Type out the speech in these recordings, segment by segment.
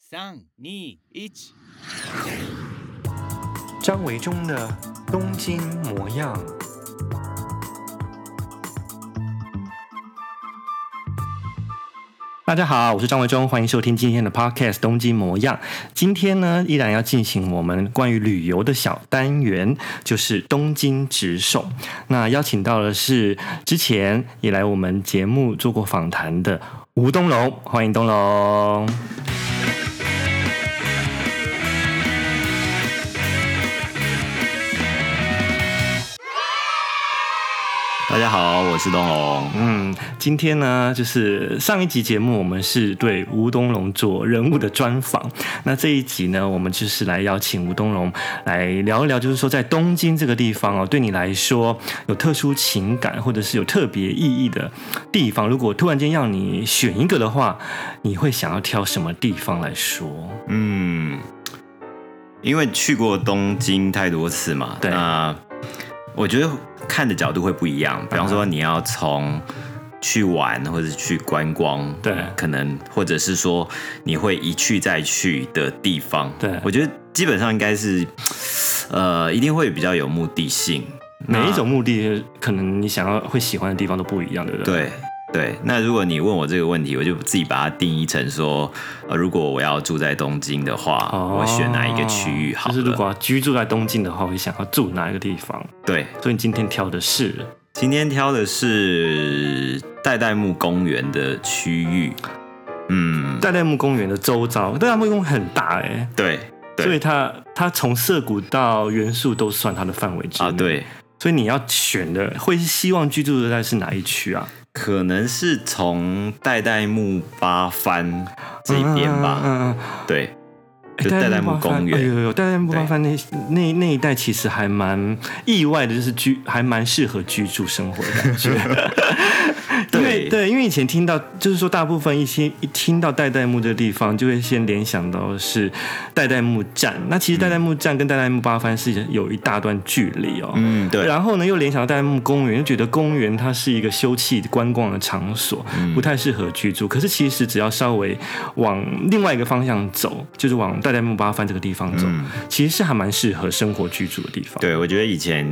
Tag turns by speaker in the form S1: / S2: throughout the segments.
S1: 三、二、一。
S2: 张维中的《东京模样》。
S3: 大家好，我是张维忠，欢迎收听今天的 Podcast《东京模样》。今天呢，依然要进行我们关于旅游的小单元，就是东京直送。那邀请到的是之前也来我们节目做过访谈的吴东龙，欢迎东龙。
S4: 大家好，我是东龙。
S3: 嗯，今天呢，就是上一集节目我们是对吴东龙做人物的专访，那这一集呢，我们就是来邀请吴东龙来聊一聊，就是说在东京这个地方哦，对你来说有特殊情感或者是有特别意义的地方，如果突然间要你选一个的话，你会想要挑什么地方来说？
S4: 嗯，因为去过东京太多次嘛，
S3: 对
S4: 那我觉得看的角度会不一样。比方说，你要从去玩或者去观光，
S3: 对
S4: 可能或者是说你会一去再去的地方，
S3: 对
S4: 我觉得基本上应该是，呃，一定会比较有目的性。那
S3: 每一种目的可能你想要会喜欢的地方都不一样，对不对？
S4: 对对，那如果你问我这个问题，我就自己把它定义成说，呃，如果我要住在东京的话，我选哪一个区域好了？
S3: 哦就是如果要居住在东京的话，会想要住哪一个地方？
S4: 对，
S3: 所以你今天挑的是
S4: 今天挑的是代代木公园的区域，嗯，
S3: 代代木公园的周遭，代代木公园很大哎、
S4: 对对
S3: 所以它它从涩谷到元素都算它的范围之内
S4: 啊，，对，
S3: 所以你要选的会希望居住的在是哪一区啊？
S4: 可能是从代代木八番这一边吧，
S3: 嗯嗯嗯
S4: 对，
S3: 嗯
S4: 就代代木公
S3: 哎
S4: 园，
S3: 有有有代代木八番那那那一带其实还蛮意外的，就是居还蛮适合居住生活的 感觉。因为
S4: 对
S3: 对，因为以前听到，就是说大部分一些一听到代代木这个地方，就会先联想到是代代木站。那其实
S4: 嗯
S3: 代代木站跟代代木八番是有一大段距离哦。
S4: 嗯，对，
S3: 然后呢，又联想到代代木公园，就觉得公园它是一个休憩观光的场所，
S4: 嗯
S3: 不太适合居住。可是其实只要稍微往另外一个方向走，就是往代代木八番这个地方走，
S4: 嗯，
S3: 其实是还蛮适合生活居住的地方。
S4: 对，我觉得以前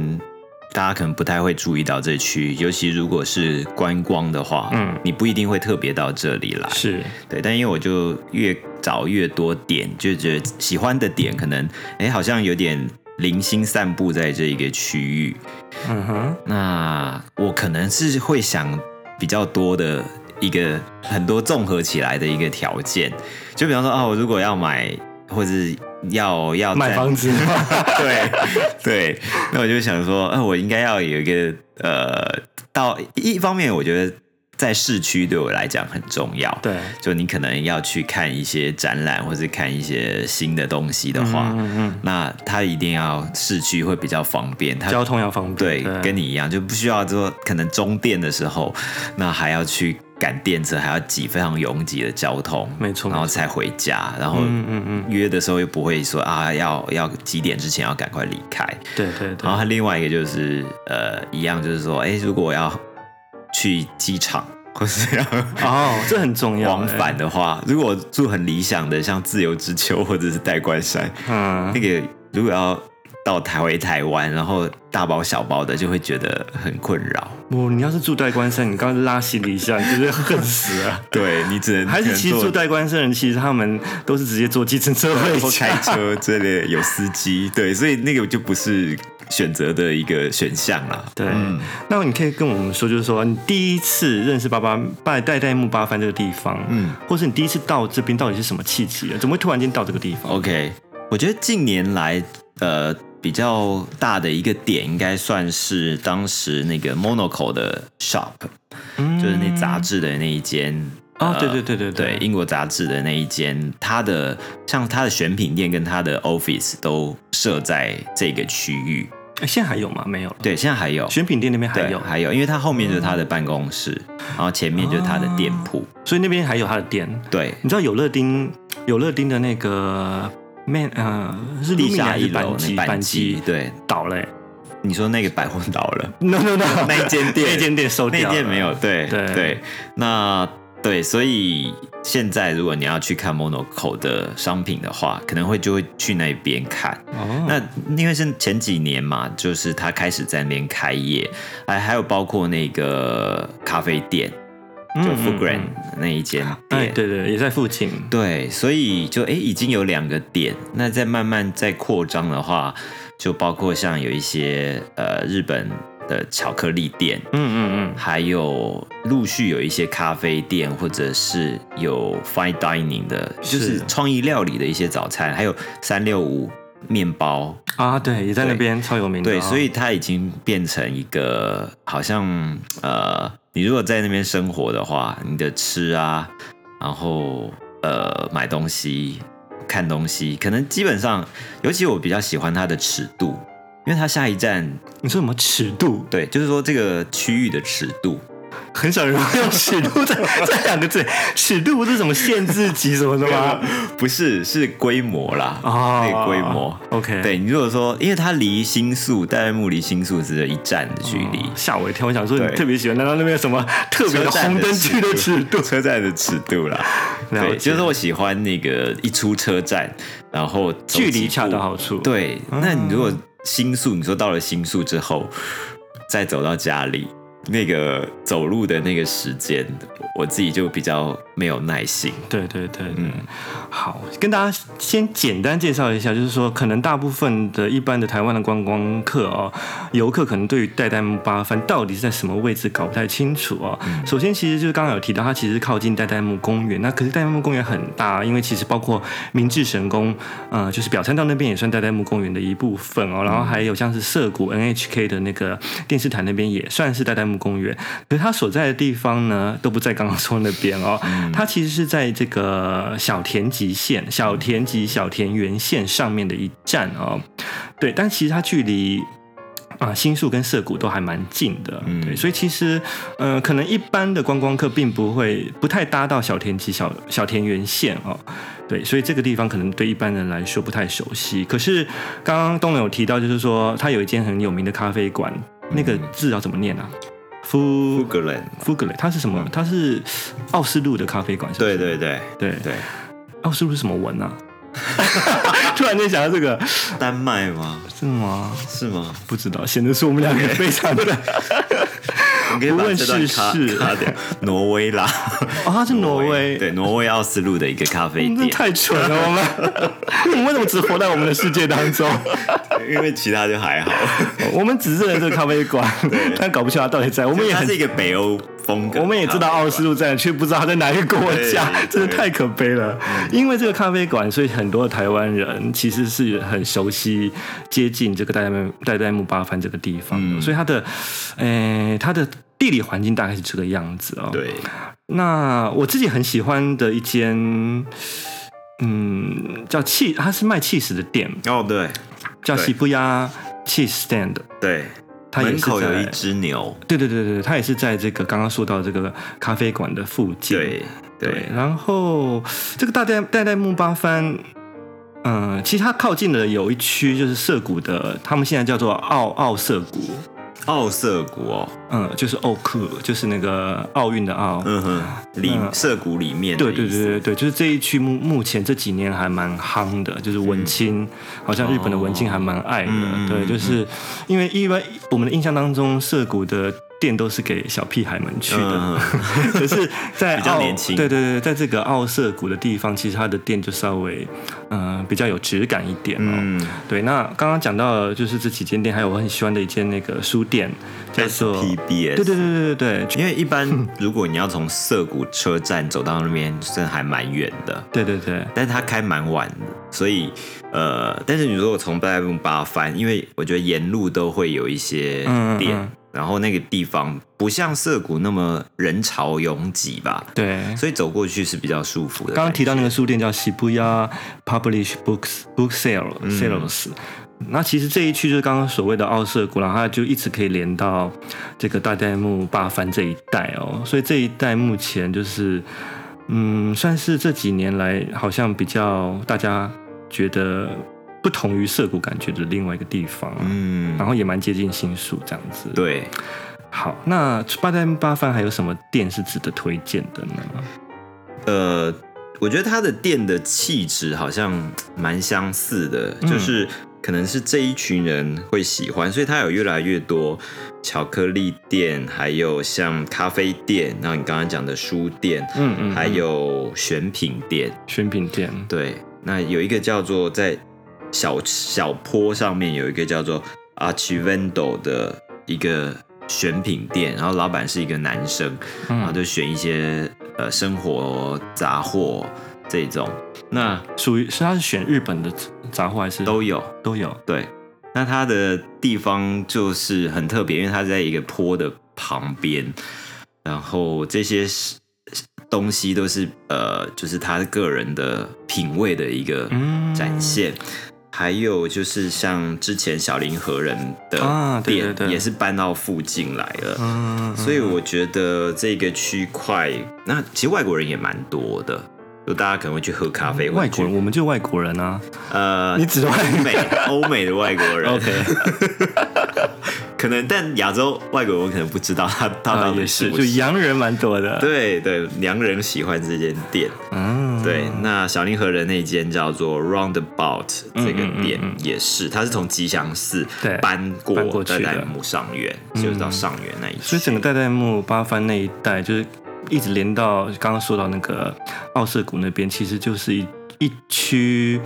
S4: 大家可能不太会注意到这区，尤其如果是观光的话，
S3: 嗯
S4: 你不一定会特别到这里来，
S3: 是，
S4: 对，但因为我就越找越多点，就觉得喜欢的点可能，哎，好像有点零星散布在这一个区域。
S3: 嗯哼，
S4: 那我可能是会想比较多的一个很多综合起来的一个条件，就比方说，哦，我如果要买或者是要要
S3: 买
S4: 在
S3: 房子吗。
S4: 对对，那我就想说，呃，我应该要有一个呃，到一方面，我觉得在市区对我来讲很重要。
S3: 对，
S4: 就你可能要去看一些展览，或是看一些新的东西的话，
S3: 嗯嗯
S4: 那它一定要市区会比较方便。
S3: 嗯，
S4: 它
S3: 交通要方便，
S4: 对，跟你一样，就不需要说可能中电的时候，那还要去赶电车，还要挤非常拥挤的交通，
S3: 没错
S4: 然后
S3: 没错
S4: 才回家，然后
S3: 嗯嗯嗯，
S4: 约的时候又不会说啊，要要几点之前要赶快离开。
S3: 对对对
S4: 然，后另外一个就是呃，一样就是说，哎，如果我要去机场或是要
S3: 哦，这很重 要，
S4: 往返的话，如果住很理想的，像自由之丘或者是代官山，
S3: 嗯
S4: 那，个如果要到台回台湾，然后大包小包的，就会觉得很困扰。
S3: 我你要是住代官山，你刚刚拉行李一下，你就是恨死了。
S4: 对你只 能
S3: 还是其实住
S4: 坐
S3: 代官山的人，其实他们都是直接坐计程车 回
S4: 或
S3: 家
S4: 开。车之类的有司机，对，所以那个就不是选择的一个选项啦。
S3: 对，那你可以跟我们说，就是说你第一次认识巴巴拜代代木巴番这个地方，嗯
S4: 嗯，
S3: 或是你第一次到这边到底是什么契机啊？怎么会突然间到这个地方？
S4: OK，我觉得近年来呃比较大的一个点，应该算是当时那个 Monaco 的 shop，、
S3: 嗯
S4: 就是那杂志的那一间。
S3: 哦
S4: 呃
S3: 对对对对对
S4: 对，英国杂志的那一间，它的像它的选品店跟它的 office 都设在这个区域。
S3: 诶现在还有吗？没有了。，
S4: 对，现在还有，
S3: 选品店那边哦还
S4: 对
S3: 有，嗯
S4: 还有，因为它后面就是它的办公室，然后前面就是它的店铺。
S3: 所以那边还有他的店。
S4: 对，
S3: 你知道有乐町有乐町的那个 man 呃是
S4: 地
S3: Lumina
S4: 下
S3: 还是
S4: 一楼
S3: 机
S4: 那
S3: 班
S4: 板机
S3: 机，
S4: 对，
S3: 倒嘞、
S4: 你说那个百货倒了。
S3: No No No，
S4: 那一间店
S3: 那一间店收掉
S4: 那
S3: 了
S4: 件没有，对
S3: 对
S4: 那对，所以现在如果你要去看 Monoco 的商品的话，可能会就会去那边看。
S3: 哦，
S4: 那因为是前几年嘛，就是他开始在那边开业，哎，还有包括那个咖啡店，就
S3: 嗯
S4: f o o
S3: 嗯
S4: g r a
S3: 嗯
S4: n 那一间店，
S3: 哎，对对，也在附近。
S4: 对，所以就哎、诶已经有两个点，那再慢慢再扩张的话，就包括像有一些呃日本的巧克力店，
S3: 嗯嗯
S4: 还有陆续有一些咖啡店，或者是有 fine dining 的，就是
S3: 是
S4: 创意料理的一些早餐，还有三六五面包，
S3: 嗯，啊，对，也在那
S4: 对
S3: 边超有名的
S4: 对，
S3: 啊。
S4: 所以它已经变成一个好像呃，你如果在那边生活的话，你的吃啊，然后呃买东西、看东西，可能基本上，尤其我比较喜欢它的尺度，因为它下一站
S3: 你说什么尺度？
S4: 对，就是说这个区域的尺度，
S3: 很少人会用尺度这这两个字，尺度不是什么限制级什么的 吗？
S4: 不是是规模啦，
S3: 哦
S4: 那个规模。
S3: OK，
S4: 对你如果说，因为它离新宿代代木离新宿只有一站的距离
S3: 哦，吓我一跳！我想说你
S4: 对
S3: 特别喜欢，难道那边有什么特别的红灯区的尺度？
S4: 车站的尺度啦。
S3: 了解
S4: 对，就是我喜欢那个一出车站，然后走
S3: 距
S4: 几
S3: 离
S4: 步
S3: 恰到好处。，
S4: 对，那你如果新宿，你说到了新宿之后，再走到家里，那个走路的那个时间，我自己就比较没有耐心。
S3: 对对对，
S4: 嗯，
S3: 好，跟大家先简单介绍一下，就是说，可能大部分的一般的台湾的观光客哦，游客可能对于代代木八幡到底是在什么位置搞不太清楚哦。首先，其实就是刚刚有提到，它其实靠近代代木公园，那可是代代木公园很大，因为其实包括明治神宫，呃，就是表参道那边也算代代木公园的一部分哦。然后还有像是涩谷 NHK 的那个电视台那边也算是代代木公园，可是它所在的地方呢，都不在刚刚说那边哦，它其实是在这个小田急线、小田急小田园线上面的一站哦。对，但其实它距离。啊，新宿跟涩谷都还蛮近的，
S4: 嗯
S3: 对，所以其实，呃，可能一般的观光客并不会不太搭到小田急小小田园线哦，对，所以这个地方可能对一般人来说不太熟悉。可是刚刚东磊有提到，就是说它有一间很有名的咖啡馆，那个字要怎么念啊？
S4: 布
S3: 夫
S4: 格人，
S3: 夫格雷，它是什么？它是奥斯陆的咖啡馆，是不
S4: 对
S3: 是
S4: 对对
S3: 对
S4: 对，
S3: 奥斯陆是什么文啊？ 突然间想到这个，
S4: 丹麦吗？
S3: 是吗？
S4: 是吗？
S3: 不知道，显得是我们两个非常的
S4: 我可以
S3: 不
S4: 把
S3: 问
S4: 这段
S3: 世
S4: 卡
S3: 事
S4: 卡掉。挪威啦，
S3: 哦，它是 挪威，
S4: 对，挪威奥斯陆的一个咖啡
S3: 真的
S4: 店，
S3: 太蠢了，我们 我们为什么只活在我们的世界当 中？
S4: 因为其他就还好。
S3: 我们只认得这个咖啡馆，但搞不清楚它到底在。我们 也
S4: 它
S3: 很
S4: 是一个北欧风格，
S3: 我们也知道奥斯陆站，却不知道它在哪一个国家，
S4: 对嗯
S3: 真的太可悲了。因为这个咖啡馆，所以很多台湾人其实是很熟悉、接近这个代代木代代木八幡这个地方的，
S4: 嗯
S3: 所以它的，诶，它的地理环境大概是这个样子哦。，
S4: 对，
S3: 那我自己很喜欢的一间，嗯，叫气，它是卖气 h 的店，
S4: 哦对
S3: 叫
S4: 对
S3: 西布亚 cheese stand，
S4: 对，
S3: 它也
S4: 门
S3: 是
S4: 口有
S3: 在
S4: 一只牛，
S3: 对对对对，它也是在这个刚刚说到这个咖啡馆的附近。
S4: 对
S3: 对
S4: 对，，
S3: 然后这个大代代代木八幡，嗯、其实它靠近了有一区就是涩谷的，他们现在叫做奥奥涩谷，
S4: 奥瑟谷哦，
S3: 嗯、就是奥库，就是那个奥运的奥。
S4: 嗯哼，里
S3: 嗯
S4: 涩谷里面的
S3: 对对
S4: 意思
S3: 对对对，就是这一区目目前这几年还蛮夯的，就是文青，好像日本的文青还蛮爱的。
S4: 嗯嗯
S3: 对，
S4: 嗯
S3: 就是因为一般我们的印象当中，涩谷的店都是给小屁孩们去的，
S4: 嗯哼
S3: 可是在
S4: 比较
S3: 奥
S4: 年轻
S3: 对对对，在这个奥瑟谷的地方，其实它的店就稍微嗯、呃比较有质感一点 哦。
S4: 嗯
S3: 对，那刚刚讲到了就是这几间店，还有我很喜欢的一间那个书店，叫做对对嗯
S4: ，PBS。
S3: 对对对对。
S4: 因为一般如果你要从涩谷车站走到那边，真的还蛮远的，
S3: 对对对，
S4: 但是它开蛮晚的，所以呃，但是你如果从八代目八翻，因为我觉得沿路都会有一些
S3: 嗯嗯
S4: 店，
S3: 嗯
S4: 然后那个地方不像涩谷那么人潮拥挤吧，
S3: 对，
S4: 所以走过去是比较舒服的。
S3: 刚刚提到那个书店叫喜布亚 Publish Books Book Sale
S4: 嗯
S3: Sales，、那其实这一区就是刚刚所谓的奥瑟谷，然后它就一直可以连到这个大代木八幡这一带哦，所以这一带目前就是，嗯，算是这几年来好像比较大家觉得不同于涩谷感觉的另外一个地方，
S4: 嗯，
S3: 然后也蛮接近新宿这样子。，
S4: 对，
S3: 好，那八代木八幡还有什么店是值得推荐的呢？
S4: 呃，我觉得它的店的气质好像蛮相似的，
S3: 嗯
S4: 就是可能是这一群人会喜欢，所以它有越来越多巧克力店，还有像咖啡店，然后你刚刚讲的书店，
S3: 嗯嗯，
S4: 还有选品店，
S3: 选品店，
S4: 对，那有一个叫做在小小坡上面有一个叫做 Archivendo 的一个选品店，然后老板是一个男生，然后
S3: 嗯，
S4: 就选一些呃生活杂货这种，那
S3: 属于是他是选日本的杂货还是
S4: 都有。
S3: 都有？
S4: 对，那它的地方就是很特别，因为它在一个坡的旁边，然后这些是东西都是呃，就是他个人的品味的一个
S3: 嗯
S4: 展现。还有就是像之前小林和人的
S3: 啊对
S4: 店、
S3: 对对
S4: 也是搬到附近来了，
S3: 嗯，嗯
S4: 所以我觉得这个区块，那其实外国人也蛮多的，就大家可能会去喝咖啡，
S3: 外
S4: 会去
S3: 国人，我们就外国人啊，
S4: 呃，
S3: 你指的外
S4: 欧美欧美的外国 人
S3: OK
S4: 可能但亚洲外国人可能不知道他他
S3: 啊
S4: 到底
S3: 也是，
S4: 不
S3: 就洋人蛮多的，，
S4: 对对，洋人喜欢这间店。
S3: 嗯，
S4: 对，那小林和人那间叫做 Roundabout
S3: 嗯
S4: 这个店
S3: 嗯嗯嗯
S4: 也是，它是从吉祥寺
S3: 对
S4: 搬过
S3: 搬过去
S4: 在
S3: 的嗯
S4: 代木上元，就是到上元那一区。
S3: 所以整个代代木八番那一带，就是一直连到刚刚说到那个奥瑟谷那边，其实就是一一区。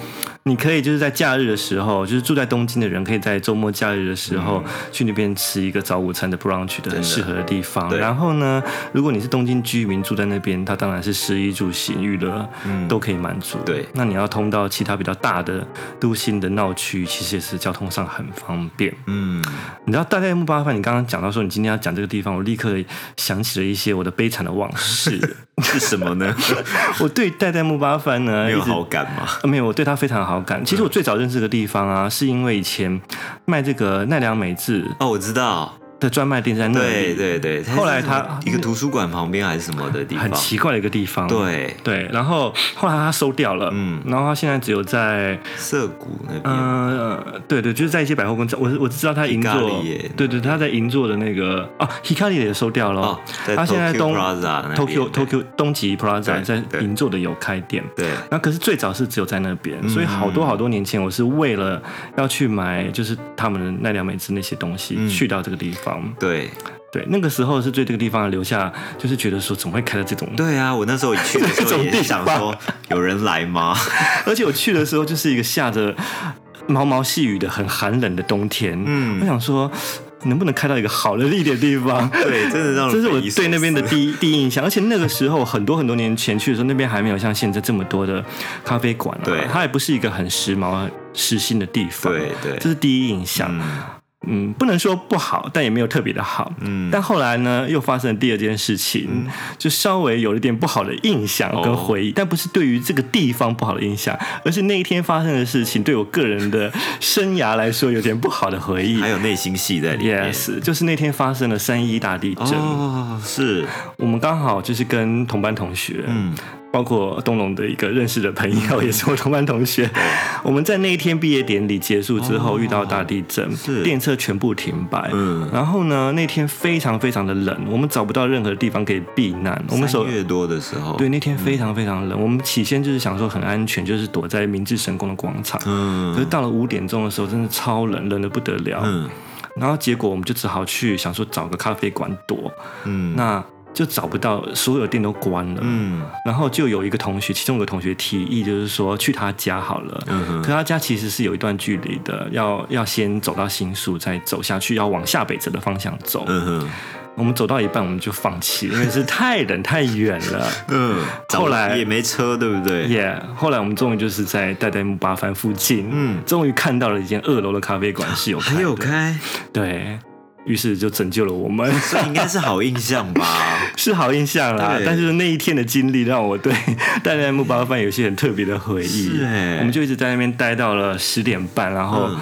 S3: 你可以就是在假日的时候，就是住在东京的人，可以在周末假日的时候、去那边吃一个早午餐的 brunch 的
S4: 的
S3: 很适合的地方。
S4: 对
S3: 然后呢，如果你是东京居民住在那边，它当然是食衣住行娱乐、
S4: 嗯
S3: 都可以满足。
S4: 对
S3: 那你要通到其他比较大的都心的闹区，其实也是交通上很方便。
S4: 嗯，
S3: 你知道大代木巴饭，你刚刚讲到说你今天要讲这个地方，我立刻想起了一些我的悲惨的往 事。
S4: 是什么 呢？
S3: 我对大代木巴饭呢，
S4: 没有
S3: 一直
S4: 好感嗯吗？
S3: 呃没有，我对它非常好感。其实我最早认识这个地方啊，是因为以前卖这个奈良美智
S4: 哦，我知道，
S3: 的专卖店在那
S4: 对
S3: 里，
S4: 对对。它
S3: 后来
S4: 是
S3: 它
S4: 一个图书馆旁边还是什么的地方
S3: 很，奇怪的一个地方。
S4: 对，
S3: 对，然后后来它收掉了，
S4: 嗯
S3: 然后它现在只有在
S4: 涩谷那边。
S3: 呃，对对，就是在一些百货公司，我我知道他银座
S4: Hikari 耶，
S3: 对对，他在银座的那个啊，Hikari 也收掉了，
S4: 哦在
S3: 他现在
S4: Tokyo
S3: 东
S4: Plaza 那边
S3: Tokyo
S4: 对
S3: Tokyo 东极 Plaza
S4: 对
S3: 在
S4: 对
S3: 银座的有开店。
S4: 对，
S3: 那可是最早是只有在那边，
S4: 嗯
S3: 所以好多好多年前，我是为了要去买就是他们的奈良美智那些东西，
S4: 嗯
S3: 去到这个地方。
S4: 对
S3: 对，那个时候是对这个地方留下，就是觉得说怎么会开到这种
S4: 对啊！我那时候去的时
S3: 这
S4: 候
S3: 种
S4: 也
S3: 地
S4: 是
S3: 方
S4: 想说，有人来 吗？
S3: 而且我去的时候就是一个下着毛毛细雨的很寒冷的冬天，
S4: 嗯
S3: 我想说能不能开到一个好的一点地方。
S4: 对，真的让人
S3: 这是我
S4: 匪夷所
S3: 对那边的
S4: 思
S3: 第一第一印象，而且那个时候很多很多年前去的时候，那边还没有像现在这么多的咖啡馆、啊，
S4: 对
S3: 它也不是一个很时髦、时兴的地方，
S4: 对对
S3: 这是第一印象。
S4: 嗯
S3: 嗯，不能说不好，但也没有特别的好。
S4: 嗯，
S3: 但后来呢，又发生了第二件事情，就稍微有一点不好的印象
S4: 哦
S3: 跟回忆，但不是对于这个地方不好的印象，而是那一天发生的事情对我个人的生涯来说有点不好的回忆
S4: 还。有内心戏在里面。
S3: Yes，就是那天发生了三一大地震，
S4: 哦，是，
S3: 我们刚好就是跟同班同学，
S4: 嗯，
S3: 包括东龙的一个认识的朋友，也是我同班同学。我们在那一天毕业典礼结束之后
S4: 哦
S3: 遇到大地震，
S4: 是
S3: 电车全部停摆。
S4: 嗯
S3: 然后呢，那天非常非常的冷，我们找不到任何地方可以避难。我们手
S4: 三月哦多的时候，
S3: 对，那天非常非常冷，我们起先就是想说很安全，就是躲在明治神宫的广场。可是
S4: 嗯
S3: 到了五点钟的时候，真的超冷，冷的不得了。
S4: 嗯
S3: 然后结果我们就只好去想说找个咖啡馆躲，
S4: 嗯，
S3: 那就找不到，所有店都关了。
S4: 嗯
S3: 然后就有一个同学，其中有个同学提议，就是说去他家好了。
S4: 嗯哼
S3: 可他家其实是有一段距离的，要要先走到新宿，再走下去，要往下北泽的方向走。
S4: 嗯哼
S3: 我们走到一半，我们就放弃了，因为是太冷太远 了。
S4: 嗯，
S3: 后来
S4: 也没车，对不对？
S3: 耶后来我们终于就是在代代木八幡附近，
S4: 嗯
S3: 终于看到了一间二楼的咖啡馆是有开
S4: 还
S3: 的，
S4: 有开，
S3: 对于是就拯救了我们，
S4: 所以应该是好印象吧？
S3: 是好印象啦
S4: 对。
S3: 但是那一天的经历让我对 代代木八饭有一些很特别的回忆。
S4: 是欸
S3: 我们就一直在那边待到了十点半，然后
S4: 嗯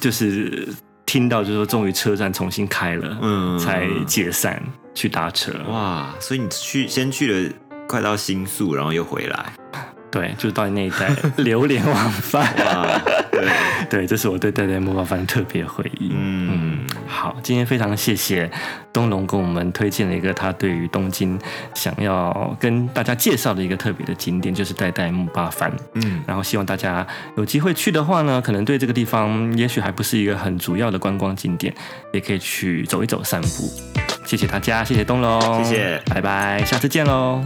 S3: 就是听到就说终于车站重新开了，
S4: 嗯
S3: 才解散去搭车。
S4: 哇，所以你去先去了，快到新宿，然后又回来，
S3: 对，就是到底那一代榴莲 王饭。
S4: 啊，对，
S3: 对，这是我对代代木瓜饭的特别回忆。
S4: 嗯
S3: 嗯，好，今天非常谢谢东龙跟我们推荐了一个他对于东京想要跟大家介绍的一个特别的景点，就是代代木八幡。
S4: 嗯，
S3: 然后希望大家有机会去的话呢，可能对这个地方也许还不是一个很主要的观光景点，也可以去走一走、散步。谢谢大家，谢谢东龙，
S4: 谢谢
S3: 拜拜，下次见喽。